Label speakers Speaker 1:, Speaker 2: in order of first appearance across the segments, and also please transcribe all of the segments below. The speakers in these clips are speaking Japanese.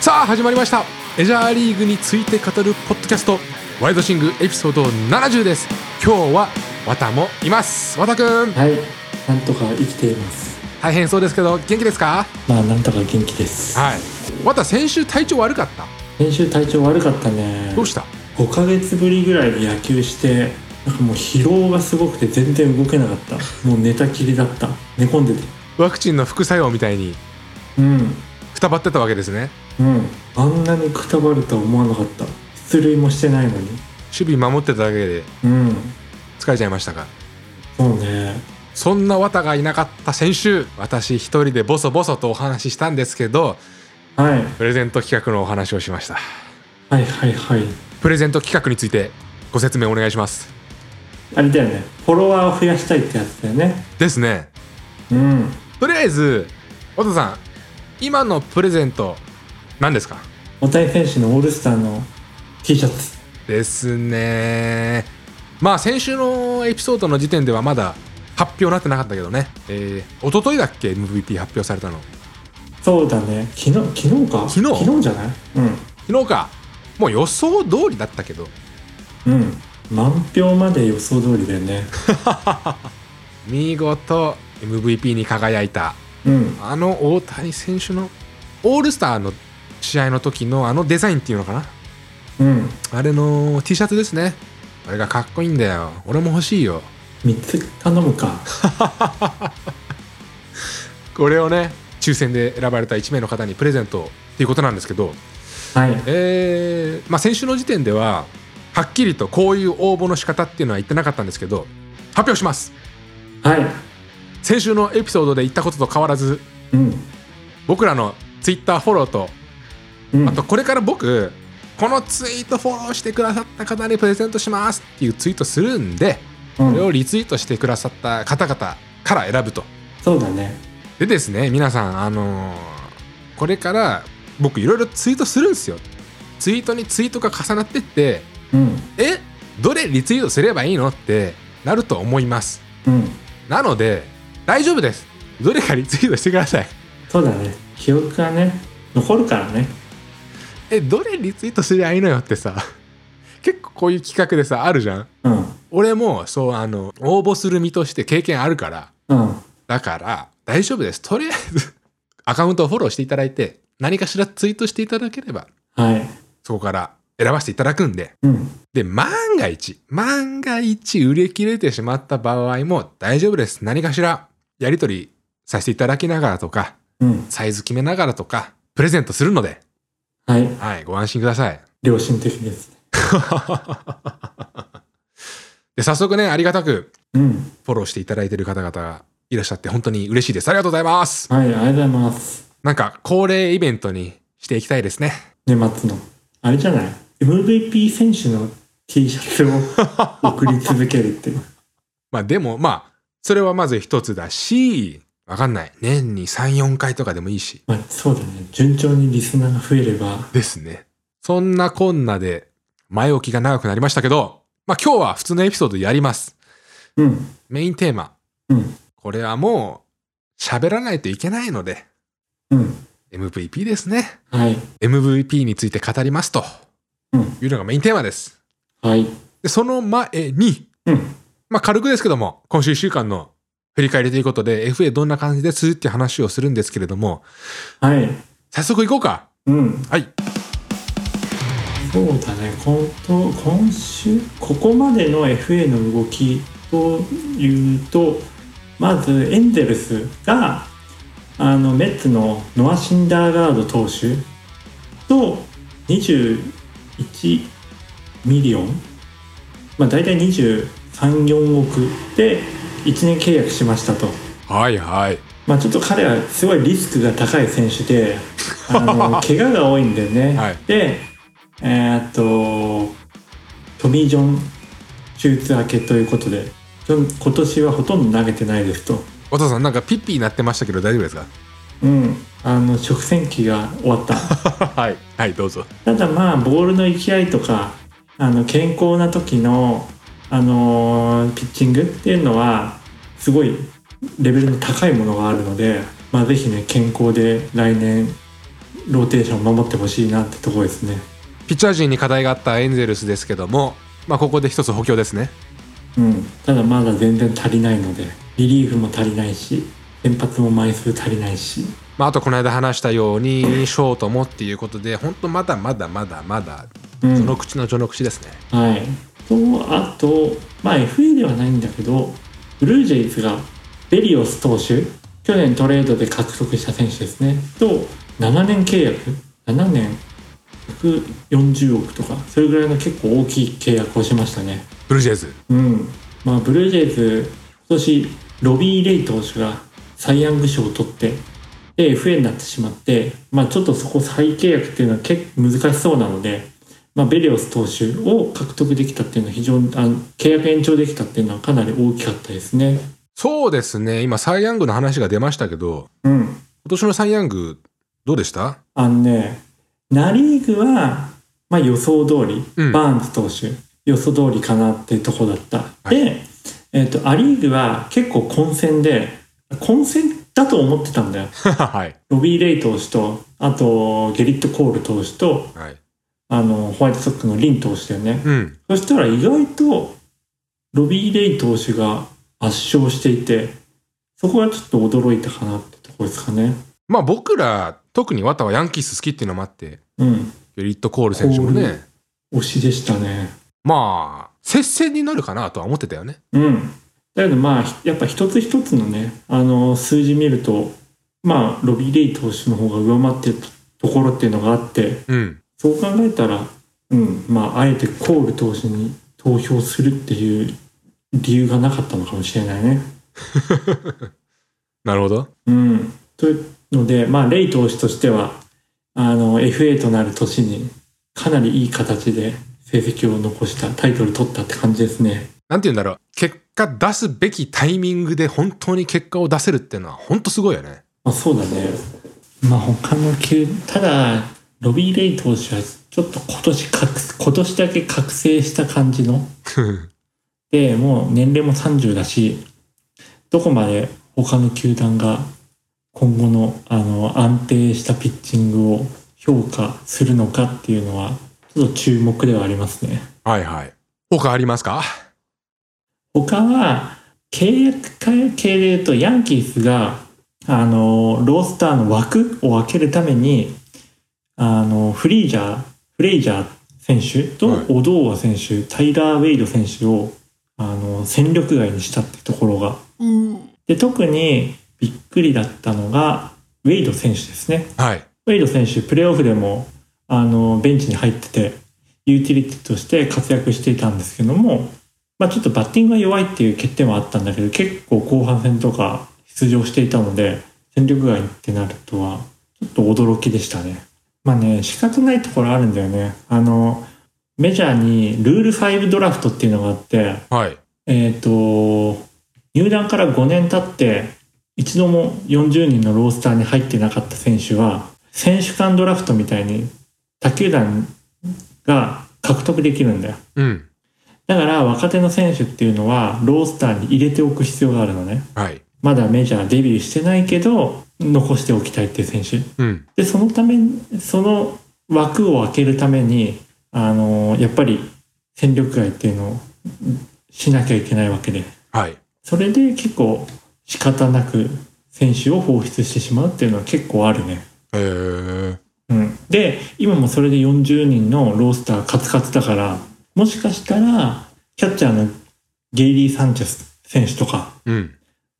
Speaker 1: さあ始まりましたメジャーリーグについて語るポッドキャストワイドシングエピソード70です今日はわたもいますわたくん
Speaker 2: はい、なんとか生きています。
Speaker 1: 大変そうですけど元気ですか
Speaker 2: まあ、なんとか元気です。
Speaker 1: はいわた先週体調悪かった
Speaker 2: 先週体調悪かったね
Speaker 1: ど。うした
Speaker 2: 5ヶ月ぶりぐらいに野球して、なんかもう疲労がすごくて全然動けなかった。もう寝たきりだった。寝込んでて。
Speaker 1: ワクチンの副作用みたいに
Speaker 2: うん、
Speaker 1: くたばってたわけですね
Speaker 2: うん。あんなにくたばるとは思わなかった。出塁もしてないのに。
Speaker 1: 守備守ってただけで
Speaker 2: うん、
Speaker 1: 疲れちゃいましたが
Speaker 2: そうね。
Speaker 1: そんなわたがいなかった先週私一人でボソボソとお話ししたんですけど
Speaker 2: はい、
Speaker 1: プレゼント企画のお話をしました
Speaker 2: はいはいはい。
Speaker 1: プレゼント企画についてご説明お願いします
Speaker 2: あれだよね。フォロワーを増やしたいってやつだよね。
Speaker 1: ですね
Speaker 2: うん。
Speaker 1: とりあえずおとさん今のプレゼント何ですか
Speaker 2: 大谷選手のオールスターの T シャツ。
Speaker 1: ですねまあ先週のエピソードの時点ではまだ発表なってなかったけどね、えー、一昨日だっけ MVP 発表されたの
Speaker 2: そうだね昨日昨日か
Speaker 1: 昨日
Speaker 2: じゃないうん
Speaker 1: 昨日かもう予想通りだったけど
Speaker 2: うん満票まで予想通りだよね
Speaker 1: 見事 MVP に輝いた
Speaker 2: うん
Speaker 1: あの大谷選手のオールスターの試合の時のあのデザインっていうのかな
Speaker 2: うん
Speaker 1: あれの T シャツですねあれがかっこいいんだよ俺も欲しいよ
Speaker 2: 3つ頼むか
Speaker 1: これをね抽選で選ばれた1名の方にプレゼントっていうことなんですけど、
Speaker 2: はい
Speaker 1: えーまあ、先週の時点でははっきりとこういう応募の仕方っていうのは言ってなかったんですけど発表します
Speaker 2: は
Speaker 1: 先週のエピソードで言ったことと変わらず
Speaker 2: いうん
Speaker 1: 僕らの Twitter フォローと
Speaker 2: うん
Speaker 1: あとこれから僕このツイートフォローしてくださった方にプレゼントしますっていうツイートするんで
Speaker 2: う
Speaker 1: それを
Speaker 2: ん、
Speaker 1: リツイートしてくださった方々から選ぶと
Speaker 2: そうだね
Speaker 1: でですね皆さんあのーこれから僕いろいろツイートするんですよツイートにツイートが重なってって
Speaker 2: うん
Speaker 1: えどれリツイートすればいいのってなると思います
Speaker 2: うん
Speaker 1: なので大丈夫ですどれかリツイートしてください
Speaker 2: そうだね記憶がね残るからね
Speaker 1: えどれリツイートすりゃいいのよってさ 結構こういう企画でさあるじゃん
Speaker 2: うん
Speaker 1: 俺もそうあの応募する身として経験あるから
Speaker 2: うん
Speaker 1: だから大丈夫ですとりあえずアカウントをフォローしていただいて何かしらツイートしていただければ
Speaker 2: はい
Speaker 1: そこから選ばせていただくんで。
Speaker 2: うん
Speaker 1: で、万が一、万が一売れ切れてしまった場合も大丈夫です。何かしらやり取りさせていただきながらとか、
Speaker 2: うん
Speaker 1: サイズ決めながらとか、プレゼントするので、
Speaker 2: はい
Speaker 1: はい、ご安心ください。
Speaker 2: 良心的ですね
Speaker 1: で、早速ね、ありがたく
Speaker 2: うん
Speaker 1: フォローしていただいている方々がいらっしゃって本当に嬉しいです。ありがとうございます。
Speaker 2: はいありがとうございます
Speaker 1: なんか恒例イベントにしていきたいですね。
Speaker 2: 年末のあれじゃない MVP 選手の T シャツを送り続けるっていう
Speaker 1: まあでもまあ、それはまず一つだし、わかんない。年に3、4回とかでもいいし。
Speaker 2: まあ、そうだね順調にリスナーが増えれば
Speaker 1: ですね。そんなこんなで前置きが長くなりましたけど、まあ今日は普通のエピソードやります。
Speaker 2: うん
Speaker 1: メインテーマ。
Speaker 2: うん
Speaker 1: これはもう喋らないといけないので、
Speaker 2: うん
Speaker 1: MVP ですね。
Speaker 2: はい
Speaker 1: MVP について語りますと
Speaker 2: うん
Speaker 1: いうのがメインテーマです。
Speaker 2: はい
Speaker 1: で、その前に、
Speaker 2: うん
Speaker 1: まあ軽くですけども、今週1週間の振り返りということで、FA どんな感じですって話をするんですけれども、
Speaker 2: はい
Speaker 1: 早速行こうか。
Speaker 2: うん
Speaker 1: はい。
Speaker 2: そうだね今と今週ここまでの FA の動きというとまずエンゼルスがあのメッツのノア・シンダーガード投手と21ミリオンまあ大体234億で1年契約しましたと。
Speaker 1: はいはい。
Speaker 2: まあ、ちょっと彼はすごいリスクが高い選手で、あの怪我が多いんだよね。
Speaker 1: はい
Speaker 2: で、えーっと、トミー・ジョン手術明けということで、ジョン今年はほとんど投げてないですと。
Speaker 1: お父さんなんかピッピーなってましたけど大丈夫ですか
Speaker 2: うん、あの食洗機が終わった。
Speaker 1: はい。はい、どうぞ。
Speaker 2: ただまあボールの勢いとかあの健康な時の、あのーピッチングっていうのはすごいレベルの高いものがあるので、まあ、ぜひね健康で来年ローテーション守ってほしいなってところですね。
Speaker 1: ピッチャー陣に課題があったエンゼルスですけども、まあ、ここで一つ補強ですね
Speaker 2: うん、ただまだ全然足りないのでリリーフも足りないし先発も枚数足りないし
Speaker 1: まあ、あとこの間話したようにショートもっていうことで本当まだまだまだまだ
Speaker 2: うん
Speaker 1: 序の口の序の口ですね、
Speaker 2: はい、とあと、まあ、FA ではないんだけどブルージェイズがベリオス投手去年トレードで獲得した選手ですねと7年契約7年140億とかそれぐらいの結構大きい契約をしましたね
Speaker 1: ブルージェイズ
Speaker 2: うんまあブルージェイズ今年ロビー・レイ投手がサイ・ヤング賞を取ってで FA になってしまって、まあ、ちょっとそこ再契約っていうのは結構難しそうなので、まあ、ベリオス投手を獲得できたっていうのは非常にあの契約延長できたっていうのはかなり大きかったですね。
Speaker 1: そうですね今サイ・ヤングの話が出ましたけど
Speaker 2: うん、
Speaker 1: 今年のサイ・ヤングどうでした
Speaker 2: あのねナ・リーグは、まあ、予想通り、
Speaker 1: うん
Speaker 2: バーンズ投手予想通りかなっていうとこだった、
Speaker 1: はい
Speaker 2: で、えー、とア・リーグは結構混戦で混戦だと思ってたんだよ
Speaker 1: はい、
Speaker 2: ロビー・レイ投手とあとゲリット・コール投手と
Speaker 1: はい、
Speaker 2: あのホワイトソックスのリン投手だよね
Speaker 1: うん
Speaker 2: そしたら意外とロビー・レイ投手が圧勝していてそこがちょっと驚いたかなってとこですかね
Speaker 1: まあ僕ら特にワタはヤンキース好きっていうのもあって
Speaker 2: うん
Speaker 1: ゲリット・コール選手も
Speaker 2: コー
Speaker 1: ね
Speaker 2: 推しでしたね
Speaker 1: まあ接戦になるかなとは思ってたよね
Speaker 2: うん。だけどまあ、ひやっぱ一つ一つのね、あの、数字見ると、まあ、ロビー・レイ投手の方が上回ってるところっていうのがあって、
Speaker 1: うん
Speaker 2: そう考えたら、うん、まあ、あえてコール投手に投票するっていう理由がなかったのかもしれないね。
Speaker 1: なるほど
Speaker 2: うん。というので、まあ、レイ投手としては、あの、FA となる年に、かなりいい形で成績を残した、タイトル取ったって感じですね。
Speaker 1: なんて言うんだろう結果出すべきタイミングで本当に結果を出せるっていうのは本当すごいよね
Speaker 2: まあ、そうだね。まあ、他の球、ただ、ロビー・レイ投手はちょっと今年覚、今年だけ覚醒した感じの。で、もう年齢も30だし、どこまで他の球団が今後のあの安定したピッチングを評価するのかっていうのは、ちょっと注目ではありますね。
Speaker 1: はいはい他ありますか
Speaker 2: 他は契約系で言うとヤンキースがあのロースターの枠を空けるためにあのフリージャーフレイジャー選手と
Speaker 1: はい
Speaker 2: オドーア選手、タイラー・ウェイド選手をあの戦力外にしたってところがで特にびっくりだったのがウェイド選手ですね
Speaker 1: はい
Speaker 2: ウェイド選手、プレーオフでもあのベンチに入ってて、ユーティリティとして活躍していたんですけども、まあ、ちょっとバッティングが弱いっていう欠点はあったんだけど、結構後半戦とか出場していたので、戦力外ってなるとは、ちょっと驚きでしたね。まあね、仕方ないところあるんだよね。あの、メジャーにルール5ドラフトっていうのがあって、
Speaker 1: はい
Speaker 2: えっ、と、入団から5年経って、一度も40人のロースターに入ってなかった選手は、選手間ドラフトみたいに、他球団が獲得できるんだよ。
Speaker 1: うん
Speaker 2: だから、若手の選手っていうのは、ロースターに入れておく必要があるのね。
Speaker 1: はい
Speaker 2: まだメジャーデビューしてないけど、残しておきたいっていう選手。
Speaker 1: うん
Speaker 2: でそのためその枠を空けるためにあのやっぱり戦力外っていうのをしなきゃいけないわけで
Speaker 1: はい
Speaker 2: それで結構仕方なく選手を放出してしまうっていうのは結構あるね。
Speaker 1: えー、
Speaker 2: うん、で今もそれで40人のロースターカツカツだからもしかしたらキャッチャーのゲイリー・サンチェス選手とか
Speaker 1: うん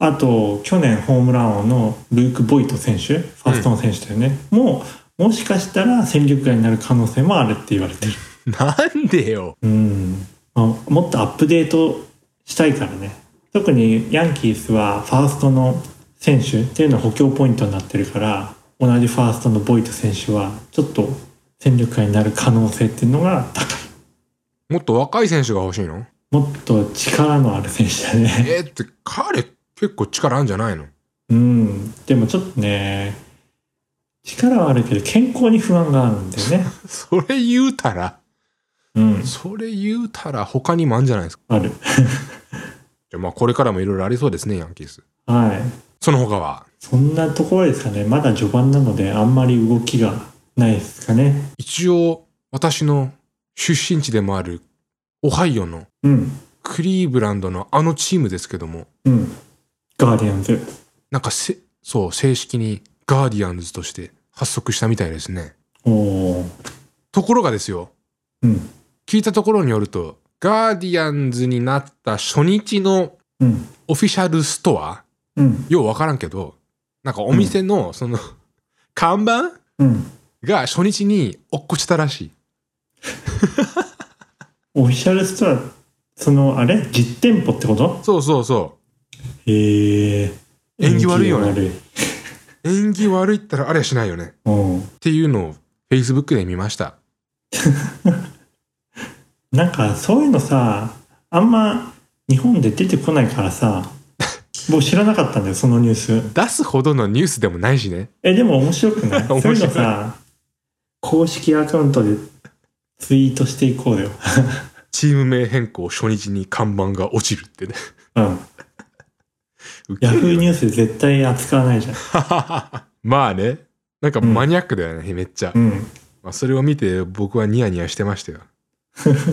Speaker 2: あと、去年ホームラン王のルーク・ボイト選手、ファーストの選手だよね、もう、もしかしたら戦力外になる可能性もあるって言われてる。
Speaker 1: なんでよ
Speaker 2: うん。まあもっとアップデートしたいからね。特にヤンキースはファーストの選手っていうのは補強ポイントになってるから、同じファーストのボイト選手は、ちょっと戦力外になる可能性っていうのが高い。
Speaker 1: もっと若い選手が欲しいの
Speaker 2: もっと力のある選手だね。
Speaker 1: えー、って彼結構力あるんじゃないの
Speaker 2: うん、でもちょっとね、力はあるけど、健康に不安があるんだよね。
Speaker 1: それ言うたら
Speaker 2: うん、
Speaker 1: それ言うたら他にもあるんじゃないですか
Speaker 2: ある。
Speaker 1: じゃあまあこれからもいろいろありそうですねヤンキース
Speaker 2: はい。
Speaker 1: その他は
Speaker 2: そんなところですかね。まだ序盤なので、あんまり動きがないですかね。
Speaker 1: 一応、私の出身地でもある、オハイオの
Speaker 2: うん。
Speaker 1: クリーブランドのあのチームですけども、
Speaker 2: うん。ガーディアンズ。
Speaker 1: なんかせ、そう、正式にガーディアンズとして発足したみたいですね。
Speaker 2: おお。
Speaker 1: ところがですよ、
Speaker 2: うん。
Speaker 1: 聞いたところによると、ガーディアンズになった初日の
Speaker 2: うん。
Speaker 1: オフィシャルストア、
Speaker 2: うん。
Speaker 1: ようわからんけど、なんかお店のその、 看板
Speaker 2: うん。
Speaker 1: が初日に落っこちたらしい。
Speaker 2: オフィシャルストア、その、あれ実店舗ってこと
Speaker 1: そうそうそ
Speaker 2: へえ。
Speaker 1: 縁起悪いよね
Speaker 2: 縁起悪い。
Speaker 1: う。縁起悪いったらあれはしないよね。
Speaker 2: うん。
Speaker 1: っていうのを Facebook で見ました。
Speaker 2: なんか、そういうのさ、あんま日本で出てこないから さ、僕知らなかったんだよ、そのニュース。
Speaker 1: 出すほどのニュースでもないしね。
Speaker 2: え、でも面白くな い
Speaker 1: 面白い
Speaker 2: そういうのさ、公式アカウントでツイートしていこうよ。
Speaker 1: チーム名変更初日に看板が落ちるってね。
Speaker 2: うん。
Speaker 1: ウケ
Speaker 2: ヤ
Speaker 1: るよ
Speaker 2: フーニュース絶対扱わないじゃん。
Speaker 1: まあね。なんかマニアックだよね、めっちゃ。
Speaker 2: うん。
Speaker 1: まあ、それを見て僕はニヤニヤしてま したよ。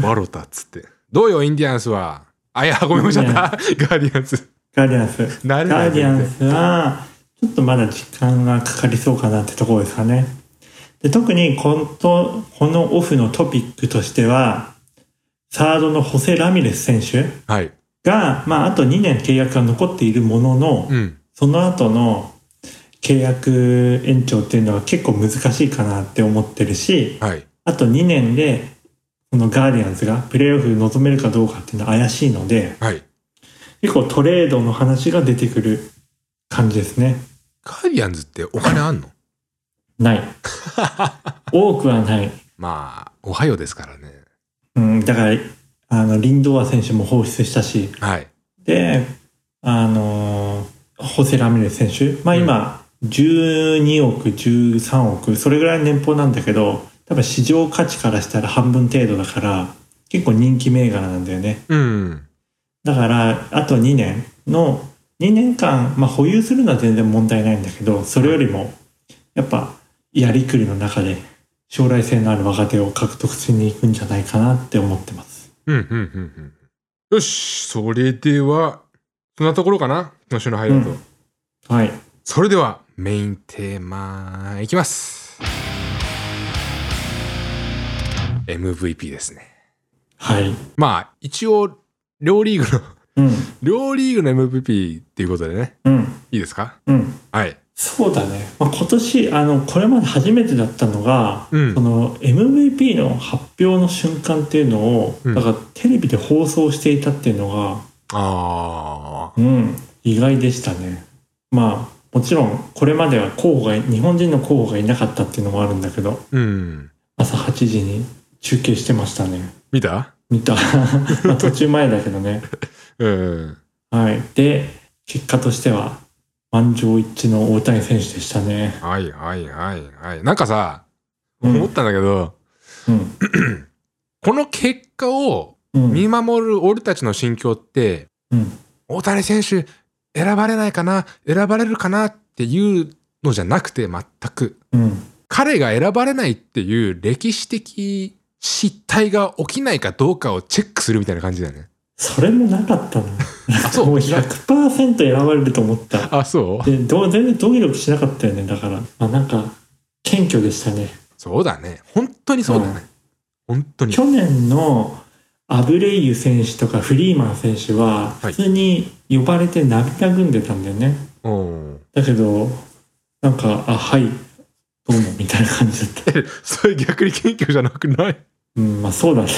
Speaker 1: ワロタっつって。どうよ、インディアンスは。あ、いや、ごめんなさい。
Speaker 2: インデ
Speaker 1: ガーディアンス。
Speaker 2: ガーディアンス。
Speaker 1: 慣れな
Speaker 2: ガ
Speaker 1: い
Speaker 2: ーディアンスは、ちょっとまだ時間がかかりそうかなってところですかね。で特にこのと、このオフのトピックとしては、サードのホセ・ラミレス選手
Speaker 1: はい。
Speaker 2: が、まあ、あと2年契約が残っているものの、
Speaker 1: うん。
Speaker 2: その後の契約延長っていうのは結構難しいかなって思ってるし、
Speaker 1: はい。
Speaker 2: あと2年で、このガーディアンズがプレーオフ望めるかどうかっていうのは怪しいので、
Speaker 1: はい。
Speaker 2: 結構トレードの話が出てくる感じですね。
Speaker 1: ガーディアンズってお金あんの
Speaker 2: ない。多くはない。
Speaker 1: まあ、オハイオですからね。
Speaker 2: うん、だから、あの、リンドア選手も放出したし、
Speaker 1: はい。
Speaker 2: で、あのーホセ・ラミレス選手、まあ今、12億、13億、それぐらいの年俸なんだけど、多分市場価値からしたら半分程度だから、結構人気銘柄なんだよね。
Speaker 1: うん。
Speaker 2: だから、あと2年の、2年間、まあ保有するのは全然問題ないんだけど、それよりも、やっぱ、やりくりの中で、将来性のある若手を獲得しに行くんじゃないかなって思ってます。
Speaker 1: うん、うん、うん、うん。よし、それでは、そんなところかな今週のハイライト。
Speaker 2: うんはい。
Speaker 1: それでは、メインテーマ、いきます。MVP ですね。
Speaker 2: はい。
Speaker 1: まあ、一応、両リーグの、
Speaker 2: うん。
Speaker 1: 両リーグの MVP っていうことでね、
Speaker 2: うん。
Speaker 1: いいですか
Speaker 2: うん。
Speaker 1: はい。
Speaker 2: そうだね、まあ、今年あのこれまで初めてだったのが、
Speaker 1: うん
Speaker 2: その MVP の発表の瞬間っていうのを、
Speaker 1: うん
Speaker 2: だからテレビで放送していたっていうのが、
Speaker 1: ああ、
Speaker 2: うん、意外でしたねまあもちろんこれまでは候補が日本人の候補がいなかったっていうのもあるんだけど
Speaker 1: うん。
Speaker 2: 朝8時に中継してましたね
Speaker 1: 見た
Speaker 2: 見た まあ途中前だけどね
Speaker 1: うん。
Speaker 2: はいで結果としては満場一致の大谷選手でしたね
Speaker 1: はいはいはいはい。なんかさ、
Speaker 2: うん
Speaker 1: 思ったんだけど、
Speaker 2: うん
Speaker 1: この結果を
Speaker 2: うん
Speaker 1: 見守る俺たちの心境って、
Speaker 2: うん
Speaker 1: 大谷選手選ばれないかな、選ばれるかなっていうのじゃなくて全く。
Speaker 2: うん
Speaker 1: 彼が選ばれないっていう歴史的失態が起きないかどうかをチェックするみたいな感じだよ ね。
Speaker 2: それもなかったの。
Speaker 1: そう
Speaker 2: もう100%選ばれると思った。
Speaker 1: あ、そう
Speaker 2: で、どう全然ドキドキしなかったよね。だから、まあ、なんか、謙虚でしたね。
Speaker 1: そうだね。本当にそうだね。本当に。
Speaker 2: 去年のアブレイユ選手とかフリーマン選手は、
Speaker 1: はい
Speaker 2: 普通に呼ばれて涙ぐんでたんだよね。
Speaker 1: うん。
Speaker 2: だけど、なんか、あ、はい、どうも、みたいな感じだった。
Speaker 1: え、それ逆に謙虚じゃなくない
Speaker 2: うん、まあそう だね。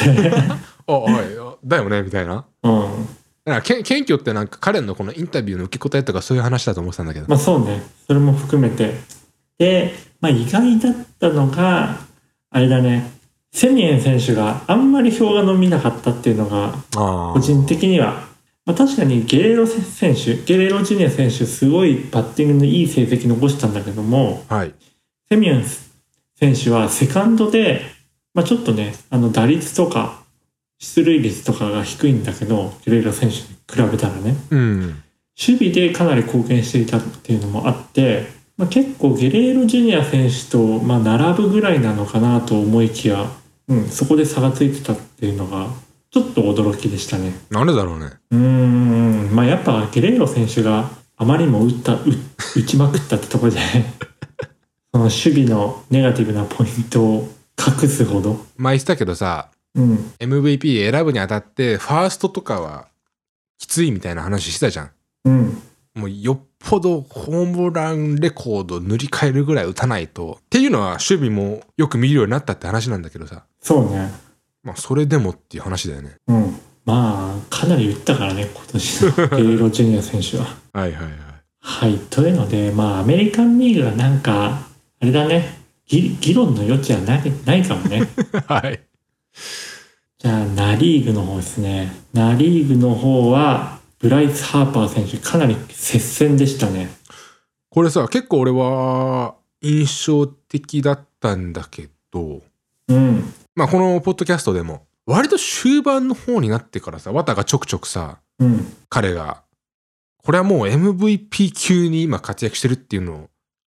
Speaker 1: あ、はいあ、だよね、みたいな。
Speaker 2: うん。
Speaker 1: だからけん謙虚ってなんか彼のこのインタビューの受け答えとかそういう話だと思ってたんだけど。
Speaker 2: まあそうね。それも含めて。で、まあ意外だったのが、あれだね。セミエン選手があんまり票が伸びなかったっていうのが、
Speaker 1: あ
Speaker 2: 個人的には、まあ確かにゲレーロ選手、ゲレーロジュニア選手、すごいバッティングのいい成績残したんだけども、
Speaker 1: あ。はい。
Speaker 2: セミエン選手はセカンドで、まあちょっとね、あの打率とか、出塁率とかが低いんだけど、ゲレーロ選手に比べたらね。
Speaker 1: うん。
Speaker 2: 守備でかなり貢献していたっていうのもあって、まあ、結構ゲレーロジュニア選手と、まあ、並ぶぐらいなのかなと思いきや、うん、そこで差がついてたっていうのがちょっと驚きでしたね。
Speaker 1: なんでだろうね。
Speaker 2: うーん、まあ、やっぱゲレーロ選手があまりにも打った打打ちまくったってところで その守備のネガティブなポイントを隠すほど、
Speaker 1: 前言ってたけどさ、
Speaker 2: うん、
Speaker 1: MVP 選ぶにあたって、ファーストとかはきついみたいな話してたじゃん。
Speaker 2: うん、
Speaker 1: もうよっぽどホームランレコード塗り替えるぐらい打たないと。っていうのは守備もよく見るようになったって話なんだけどさ。
Speaker 2: そうね、
Speaker 1: まあそれでもっていう話だよね。
Speaker 2: うん、まあかなり打ったからね今年のゲレーロジュニア選手は。
Speaker 1: はいはいはい。
Speaker 2: はい、というので、まあ、アメリカンリーグはなんか、あれだね、議議論の余地はないないかもね。
Speaker 1: はい。
Speaker 2: じゃあ、ナ・リーグの方ですね。ナ・リーグの方は、ブライス・ハーパー選手、かなり接戦でしたね。
Speaker 1: これさ、結構俺は印象的だったんだけど、
Speaker 2: うん、
Speaker 1: まあこのポッドキャストでも、割と終盤の方になってからさ、綿がちょくちょくさ、
Speaker 2: うん、
Speaker 1: 彼が、これはもう MVP 級に今活躍してるっていうのを、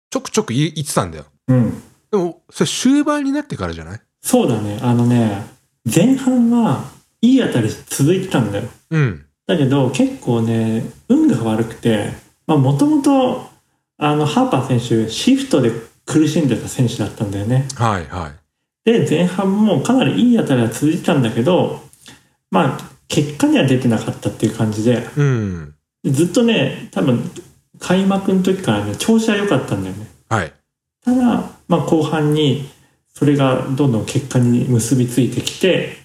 Speaker 1: ちょくちょく言い言ってたんだよ。
Speaker 2: うん。
Speaker 1: でも、それ終盤になってからじゃない
Speaker 2: そうだね、あのね、前半は、いい当たり続いてたんだよ。
Speaker 1: うん。
Speaker 2: だけど結構ね運が悪くてもともとハーパー選手シフトで苦しんでた選手だったんだよね
Speaker 1: はいはい。
Speaker 2: で前半もかなりいい当たりは続いてたんだけどまあ結果には出てなかったっていう感じで
Speaker 1: うん。
Speaker 2: ずっとね多分開幕の時からね調子は良かったんだよね
Speaker 1: はい。
Speaker 2: ただ、まあ、後半にそれがどんどん結果に結びついてきて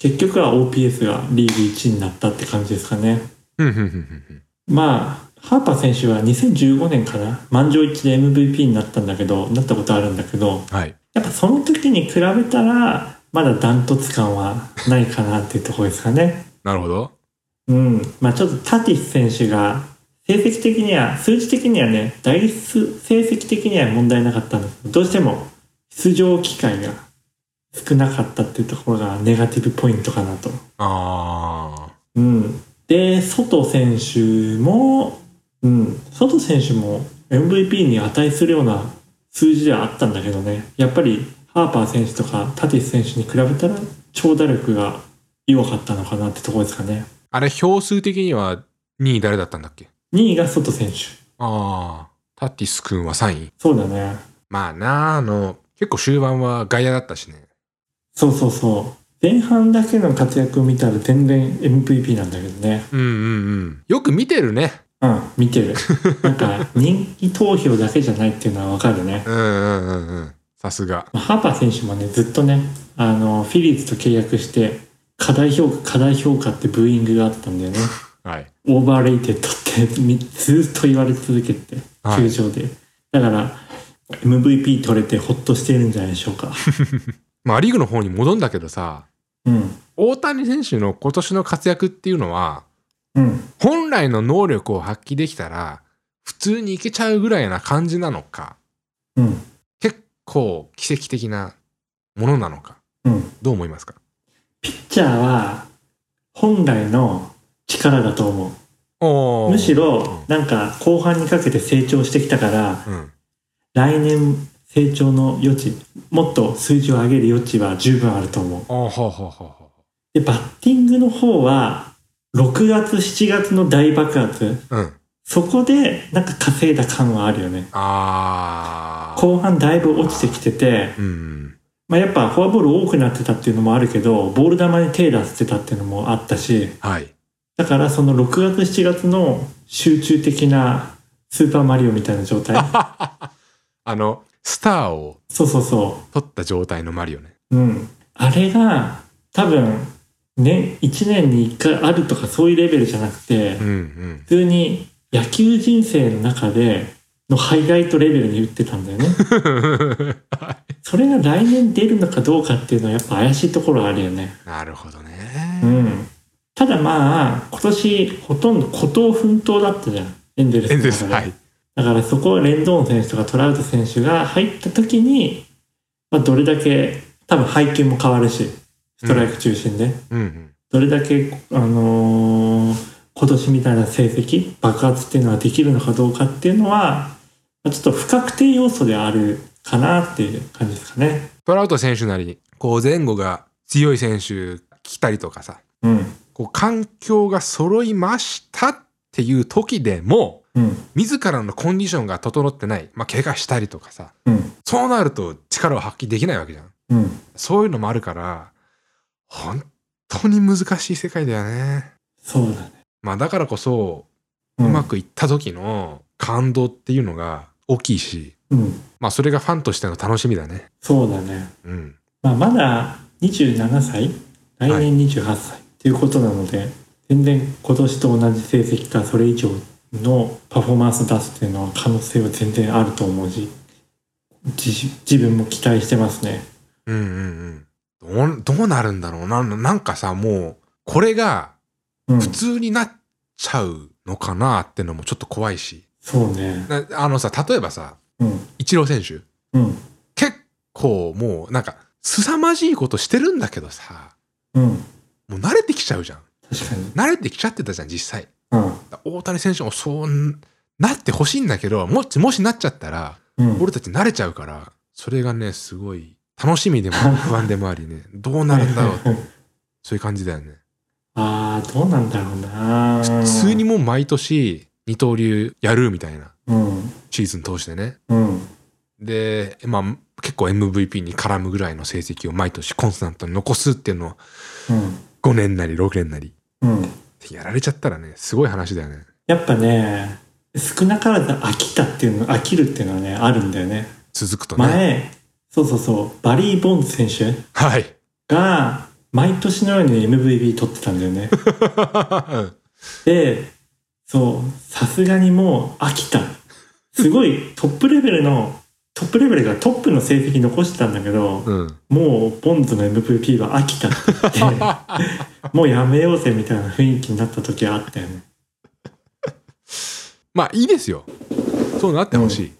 Speaker 2: 結局は OPS がリーグ1になったって感じですかね
Speaker 1: うん、うん、うんうん
Speaker 2: まあ、ハーパー選手は2015年かな、満場一致で MVP になったんだけど、なったことあるんだけ
Speaker 1: う
Speaker 2: ど、
Speaker 1: ん。はい。
Speaker 2: やっぱその時に比べたら、まだダントツ感はないかなっていうところですかね。
Speaker 1: なるほど。
Speaker 2: うん。まあちょっとタティス選手が、成績的には、数字的にはね、大数成績的には問題なかったんだけど、どうしても出場機会が少なかったっていうところがネガティブポイントかなと
Speaker 1: あ
Speaker 2: うん、で、外選手も、うん、外選手も MVP に値するような数字ではあったんだけどね、やっぱりハーパー選手とかタティス選手に比べたら、長打力が弱かったのかなってところですか
Speaker 1: ー。
Speaker 2: ね。
Speaker 1: あれ、票数的には2位誰だったんだっけ
Speaker 2: 2位が外選手。
Speaker 1: ああ。タティス君は3位。
Speaker 2: そうだね。
Speaker 1: まあなあ、あの、結構終盤は外野だったしね。
Speaker 2: そうそうそう。前半だけの活躍を見たら全然 MVP なんだけどね。
Speaker 1: うんうんうん。よく見てるね。
Speaker 2: うん、見 てる。なんか人気投票だけじゃないっていうのはわかるね。
Speaker 1: うんうんうんうん。さすが。
Speaker 2: まあハーパー選手もね、ずっとね、あの、フィリーズと契約して、課題評価、課題評価ってブーイングがあったんだ よね。
Speaker 1: はい。
Speaker 2: オーバーレイテッドってみずっと言われ続けて、
Speaker 1: はい
Speaker 2: 球場で。だから、MVP 取れてほっとしているんじゃないでしょ うか。
Speaker 1: まあ、リーグの方に戻んだけどさ、
Speaker 2: うん。
Speaker 1: 大谷選手の今年の活躍っていうのは、
Speaker 2: うん。
Speaker 1: 本来の能力を発揮できたら、普通にいけちゃうぐらいな感じなのか、
Speaker 2: うん。
Speaker 1: 結構奇跡的なものなのか、
Speaker 2: うん。
Speaker 1: どう思いますか
Speaker 2: ピッチャーは、本来の力だと思う。むし、ろ、なんか、後半にかけて成長してきたから、
Speaker 1: うん。
Speaker 2: 来年成長の余地、もっと数字を上げる余地は十分あると思う。
Speaker 1: ああ、はあはあはあは
Speaker 2: で、バッティングの方は、6月、7月の大爆発。
Speaker 1: あ。うん。
Speaker 2: そこで、なんか稼いだ感はあるよね。
Speaker 1: ああ。
Speaker 2: 後半だいぶ落ちてきてて、
Speaker 1: うん。
Speaker 2: まあやっぱフォアボール多くなってたっていうのもあるけど、ボール球に手出してたっていうのもあったし、
Speaker 1: はい。
Speaker 2: だからその6月、7月の集中的なスーパーマリオみたいな状 態。
Speaker 1: あの、スターを
Speaker 2: そうそうそ
Speaker 1: 取った状態のマリオね。
Speaker 2: う。うん。あれが、多分、ね、1年に1回あるとかそういうレベルじゃなくて、
Speaker 1: うんうん。
Speaker 2: 普通に野球人生の中でのハイライトレベルに打ってたんだ よね。それが来年出るのかどうかっていうのはやっぱ怪しいところあるよね。
Speaker 1: なるほど
Speaker 2: う
Speaker 1: ね。
Speaker 2: ん。ただまあ、今年ほとんど孤島奮闘だったじゃん。エンゼルス
Speaker 1: エ
Speaker 2: の
Speaker 1: ンゼ
Speaker 2: 中で
Speaker 1: ルス、はい。
Speaker 2: だからそこをレンドーン選手とかトラウト選手が入った時に、まあ、どれだけ、多分配球も変わるし、ストライク中心で。
Speaker 1: うんうん。
Speaker 2: どれだけ、あのー今年みたいな成績爆発っていうのはできるのかどうかっていうのはまあちょっと不確定要素であるかなっていう感じですかね。
Speaker 1: トラウト選手なりに、こう前後が強い選手来たりとかさ、
Speaker 2: うん。
Speaker 1: こう環境が揃いましたっていう時でも、
Speaker 2: うん。
Speaker 1: 自らのコンディションが整ってない、まあ、怪我したりとかさ、
Speaker 2: うん。
Speaker 1: そうなると力を発揮できないわけじゃん。
Speaker 2: うん。
Speaker 1: そういうのもあるから、本当に難しい世界だよね。
Speaker 2: そうだね。
Speaker 1: まあだからこそ、
Speaker 2: う
Speaker 1: うんまくいった時の感動っていうのが大きいし、
Speaker 2: うん。
Speaker 1: まあそれがファンとしての楽しみだね。
Speaker 2: そうだね。
Speaker 1: うん。
Speaker 2: まあ、まだ27歳来
Speaker 1: はい
Speaker 2: 年28歳ということなので、全然今年と同じ成績かそれ以上のパフォーマンス出すっていうのは可能性は全然あると思うし自自分も期待してますね
Speaker 1: うんうんうん。どう、どうなるんだろうな。なんかさ、もう、これが
Speaker 2: うん
Speaker 1: 普通になっちゃうのかなってのもちょっと怖いし。
Speaker 2: そうね
Speaker 1: なあのさ、例えばさ、
Speaker 2: うん
Speaker 1: イチロー選手。
Speaker 2: うん
Speaker 1: 結構もう、なんか、凄まじいことしてるんだけどさ、
Speaker 2: うん
Speaker 1: もう慣れてきちゃうじゃん。
Speaker 2: 確かに
Speaker 1: 慣れてきちゃってたじゃん、実際。
Speaker 2: うん
Speaker 1: 大谷選手もそうんなってほしいんだけど、もし、もしなっちゃったら、
Speaker 2: うん
Speaker 1: 俺たち慣れちゃうから、それがね、すごい楽し みでも不安でもありね、どうなるんだろう。そういう感じだよね。
Speaker 2: ああどうなんだろうな
Speaker 1: 普通にもう毎年二刀流やるみたいな
Speaker 2: うん
Speaker 1: シーズン通してね
Speaker 2: うん
Speaker 1: でまあ結構 MVP に絡むぐらいの成績を毎年コンスタントに残すっていうのを
Speaker 2: うん
Speaker 1: 5年なり6年なり
Speaker 2: うん
Speaker 1: やられちゃったらねすごい話だよね
Speaker 2: やっぱね少なからず飽きたっていうの飽きるっていうのはねあるんだよね
Speaker 1: 続くとね
Speaker 2: 前、そうそうそう、バリー・ボンズ選手
Speaker 1: はい
Speaker 2: が、毎年のように MVP 取ってたんだ よね。で、そう、さすがにもう飽きた。すごいトップレベルの、トップレベルがトップの成績残してたんだけど、
Speaker 1: うん
Speaker 2: もうボンズの MVP は飽きたって言って、 もうやめようぜみたいな雰囲気になった時はあったよね。
Speaker 1: まあいいですよそうなってほしい、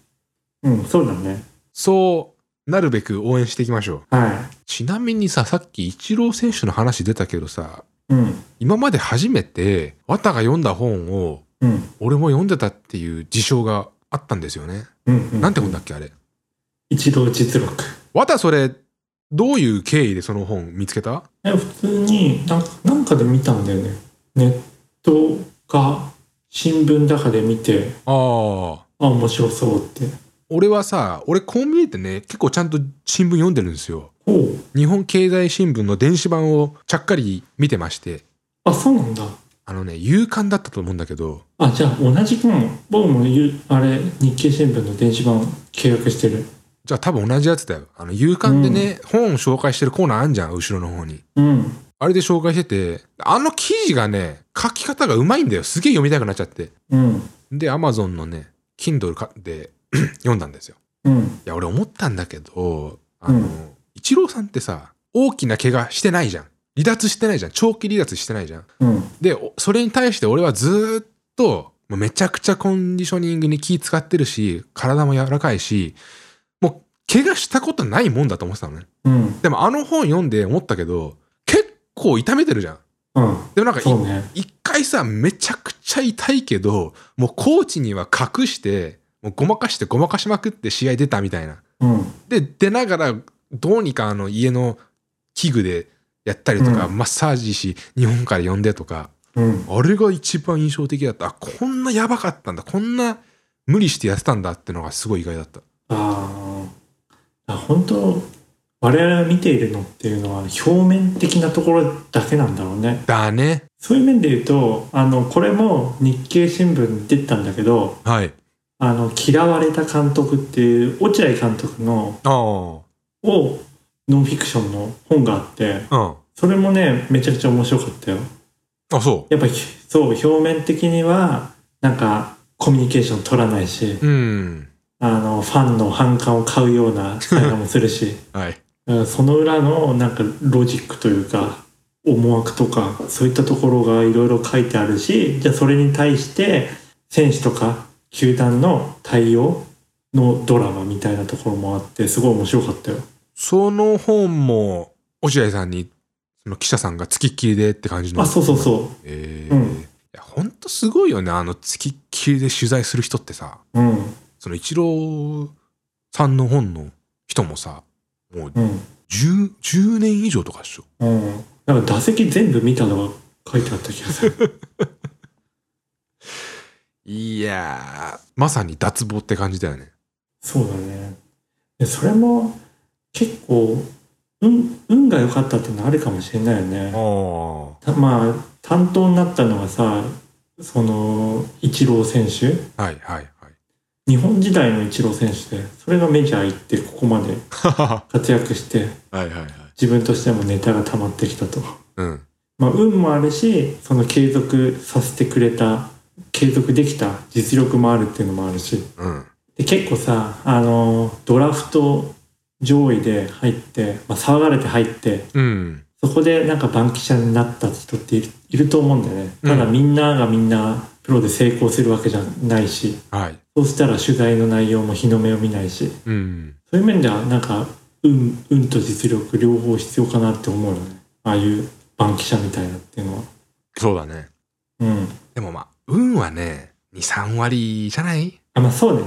Speaker 2: うん、そうだね。
Speaker 1: そうなるべく応援していきましょう
Speaker 2: は
Speaker 1: ちなみにささっきイチロー選手の話出たけどさ
Speaker 2: い。うん、
Speaker 1: 今まで初めてワタが読んだ本を
Speaker 2: うん、
Speaker 1: 俺も読んでたっていう事象があったんですよね。
Speaker 2: うん。うん
Speaker 1: なんて本だっけあれ。
Speaker 2: 一度実録。
Speaker 1: わたそれ、どういう経緯でその本見つけた
Speaker 2: え普通になんなんかで見たんだよねネットか新聞だかで見て
Speaker 1: ああ。
Speaker 2: あ面白そうって
Speaker 1: 俺はさ、俺こう見えてね、結構ちゃんと新聞読んでるんですよ。
Speaker 2: ほう
Speaker 1: 日本経済新聞の電子版をちゃっかり見てまして、
Speaker 2: あそうなんだ
Speaker 1: あのね、夕刊だったと思うんだけど、
Speaker 2: あじゃあ同じかも僕もゆあれ日経新聞の電子版契約してる
Speaker 1: じゃあ多分同じやつだよ。あの、夕刊でね、本紹介してるコーナーあんじゃん、後ろの方に。
Speaker 2: うん
Speaker 1: あれで紹介してて、あの記事がね、書き方がうまいんだよ。すげえ読みたくなっちゃって。
Speaker 2: うん
Speaker 1: で、アマゾンのね、Kindle かで 読んだんですよ。
Speaker 2: うん
Speaker 1: いや、俺思ったんだけど、あの、
Speaker 2: うん
Speaker 1: イチローさんってさ、大きな怪我してないじゃん。離脱してないじゃん。長期離脱してないじゃん。
Speaker 2: うん
Speaker 1: で、おそれに対して俺はずーっと、もうめちゃくちゃコンディショニングに気使ってるし、体も柔らかいし、もう怪我したことないもんだと思ってたのね。
Speaker 2: うん
Speaker 1: でもあの本読んで思ったけど、結構痛めてるじゃん。
Speaker 2: うん
Speaker 1: でもなんかい
Speaker 2: そうね
Speaker 1: 一回さめちゃくちゃ痛いけどもうコーチには隠してもうごまかしてごまかしまくって試合出たみたいな
Speaker 2: うん
Speaker 1: で出ながらどうにかあの家の器具でやったりとか、
Speaker 2: う
Speaker 1: マッサージし日本から呼んでとか
Speaker 2: うん
Speaker 1: あれが一番印象的だったあこんなやばかったんだこんな無理してやってたんだってのがすごい意外だった
Speaker 2: あーあ本当我々が見ているのっていうのは表面的なところだけなんだろうね
Speaker 1: だね
Speaker 2: そういう面で言うとあのこれも日経新聞に出てたんだけど
Speaker 1: はい
Speaker 2: 「あの嫌われた監督」っていう落合監督の
Speaker 1: ああ
Speaker 2: をノンフィクションの本があって
Speaker 1: うん
Speaker 2: それもねめちゃくちゃ面白かったよ
Speaker 1: あそ
Speaker 2: やっぱひそう表面的にはなんかコミュニケーション取らないし
Speaker 1: ううん
Speaker 2: あのファンの反感を買うような会話もするし
Speaker 1: はい
Speaker 2: うんその裏のなんかロジックというか思惑とかそういったところがいろいろ書いてあるしじゃあそれに対して選手とか球団の対応のドラマみたいなところもあってすごい面白かったよ。
Speaker 1: その本も落合さんにその記者さんが付きっきりでって感じの
Speaker 2: あそうそうそ
Speaker 1: ええ
Speaker 2: うん
Speaker 1: いやほんとすごいよねあの付きっきりで取材する人ってさ
Speaker 2: う。うん。
Speaker 1: そのイチローさんの本の人もさ、もう
Speaker 2: うん。
Speaker 1: 10、10年以上とかっしょ。
Speaker 2: うん。なんか打席全部見たのが書いてあった気がする。
Speaker 1: いやー、まさに脱帽って感じだよね。
Speaker 2: そうだね。でそれも結構、運、運が良かったっていうのあるかもしれないよね。
Speaker 1: あ
Speaker 2: たまあ担当になったのがさそのイチロー選手
Speaker 1: あ。はいはい
Speaker 2: 日本時代のイチロー選手でそれがメジャー行ってここまで
Speaker 1: は
Speaker 2: 活躍して
Speaker 1: い。はいはいはい。
Speaker 2: 自分としてもネタが溜まってきたと、
Speaker 1: うん。
Speaker 2: まあ、運もあるしその継続させてくれた継続できた実力もあるっていうのもあるし
Speaker 1: うん。
Speaker 2: で結構さあのドラフト上位で入って、まあ、騒がれて入って
Speaker 1: うん。
Speaker 2: そこでなんか番記者になった人っているいると思うんだよね。
Speaker 1: うん
Speaker 2: ただみんながみんなプロで成功するわけじゃないし、
Speaker 1: はい。
Speaker 2: そうしたら取材の内容も日の目を見ないし、
Speaker 1: うん。
Speaker 2: そういう面ではなんか運、運と実力両方必要かなって思うよね。ああいう番記者みたいなっていうのは。
Speaker 1: そうだね。
Speaker 2: うん。
Speaker 1: でもまあ、運はね、2、3割じゃない
Speaker 2: あ、まあそうね。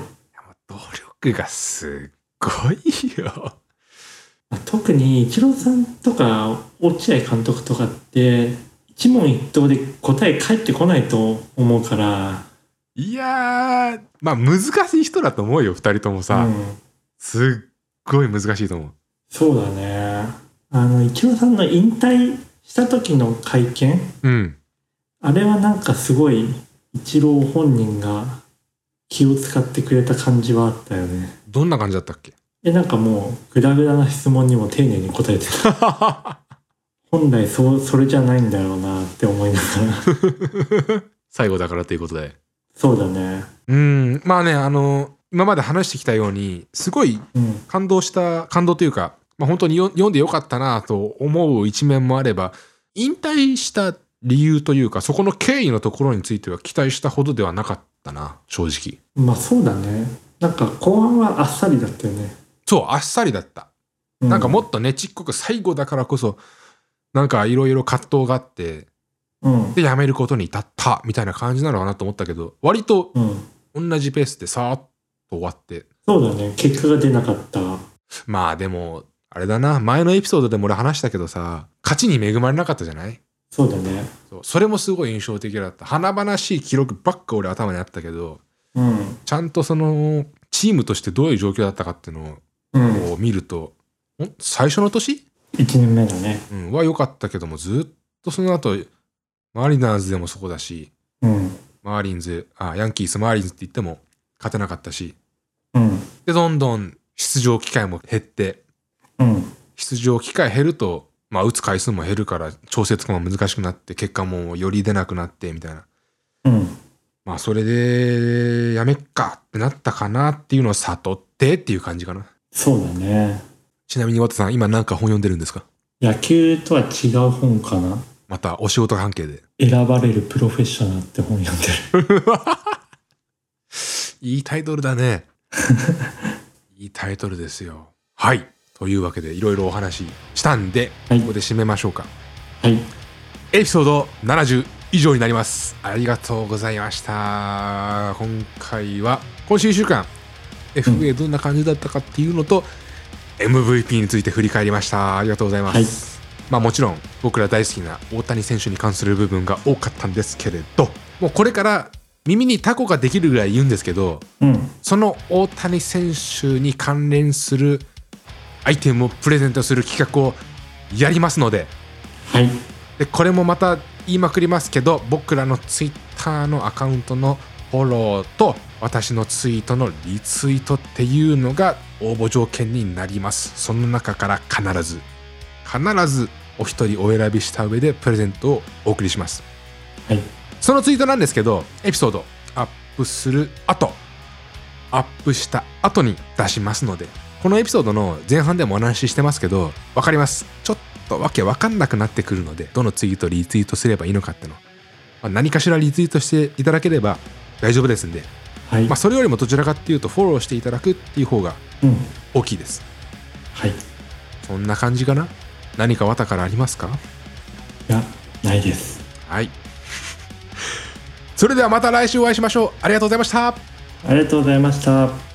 Speaker 1: 努力がすっごいよ。
Speaker 2: まあ特にイチローさんとか落合監督とかって、一問一答で答え返ってこないと思うから、
Speaker 1: いやー、まあ難しい人だと思うよ、二人ともさ。
Speaker 2: うん、
Speaker 1: すっごい難しいと思う。
Speaker 2: そうだね。あの、イチローさんの引退した時の会見、
Speaker 1: うん。
Speaker 2: あれはなんかすごい、イチロー本人が気を使ってくれた感じはあったよね。
Speaker 1: どんな感じだったっけ
Speaker 2: え、なんかもう、グダグダな質問にも丁寧に答えてた。 本来そう、それじゃないんだろうなって思いながら。
Speaker 1: 最後だからということで。
Speaker 2: そうだね。
Speaker 1: うん。まあね、あの、今まで話してきたように、すごい
Speaker 2: うん。
Speaker 1: 感動した、感動というか、まあ、本当によ読んでよかったなと思う一面もあれば、引退した理由というか、そこの経緯のところについては期待したほどではなかったな、正直。
Speaker 2: まあそうだね。なんか後半はあっさりだったよね。
Speaker 1: そう、あっさりだった。
Speaker 2: う
Speaker 1: なんかもっとねちっこく最後だからこそなんかいろいろ葛藤があって
Speaker 2: うん。
Speaker 1: でやめることに至ったみたいな感じなのかなと思ったけど割と
Speaker 2: うん。
Speaker 1: 同じペースでさーっと終わって
Speaker 2: そうだね。結果が出なかった。
Speaker 1: まあでもあれだな前のエピソードでも俺話したけどさ勝ちに恵まれなかったじゃない
Speaker 2: そうだね。
Speaker 1: そうそれもすごい印象的だった華々しい記録ばっか俺頭にあったけど
Speaker 2: うん。
Speaker 1: ちゃんとそのチームとしてどういう状況だったかっていうの
Speaker 2: うん。
Speaker 1: をこう見ると、ん最初の年
Speaker 2: 1年目だね。
Speaker 1: うん、は良かったけどもずっとその後マリナーズでもそこだし
Speaker 2: うん。
Speaker 1: マーリンズあヤンキースマーリンズって言っても勝てなかったし
Speaker 2: うん。
Speaker 1: でどんどん出場機会も減って
Speaker 2: うん。
Speaker 1: 出場機会減ると、まあ、打つ回数も減るから調整つくのも難しくなって結果もより出なくなってみたいな
Speaker 2: うん。
Speaker 1: まあそれでやめっかってなったかなっていうのを悟ってっていう感じかな
Speaker 2: そうだね。
Speaker 1: ちなみに渡さん今なんか本読んでるんですか
Speaker 2: 野球とは違う本かな。
Speaker 1: またお仕事関係で
Speaker 2: 選ばれるプロフェッショナルって本読んでる。
Speaker 1: いいタイトルだ ね。いいタイトルですよ。はい。というわけでいろいろお話ししたんで、
Speaker 2: はい
Speaker 1: ここで締めましょうか。
Speaker 2: はい。
Speaker 1: エピソード70以上になります。ありがとうございました。今回は、今週1週間、FA どんな感じだったかっていうのと、MVP について振り返りました。ありがとうございます。
Speaker 2: はい
Speaker 1: まあもちろん僕ら大好きな大谷選手に関する部分が多かったんですけれど、もうこれから耳にタコができるぐらい言うんですけど、
Speaker 2: うん。
Speaker 1: その大谷選手に関連するアイテムをプレゼントする企画をやりますので
Speaker 2: はい。
Speaker 1: でこれもまた言いまくりますけど僕らのツイッターのアカウントのフォローと私のツイートのリツイートっていうのが応募条件になりますその中から必ず必ずお一人お選びした上でプレゼントをお送りします
Speaker 2: はい。
Speaker 1: そのツイートなんですけど、エピソードアップする後、アップした後に出しますので、このエピソードの前半でもお話ししてますけど、わかります。ちょっとわけわかんなくなってくるので、どのツイートリツイートすればいいのかっての。まあ何かしらリツイートしていただければ大丈夫ですんで、
Speaker 2: はい。
Speaker 1: まあ、それよりもどちらかっていうとフォローしていただくっていう方が
Speaker 2: うん。
Speaker 1: 大きいです。
Speaker 2: はい。い
Speaker 1: そんな感じかな何か綿からありますか
Speaker 2: や、ないです。
Speaker 1: はい。それではまた来週お会いしましょう。ありがとうございました。
Speaker 2: ありがとうございました。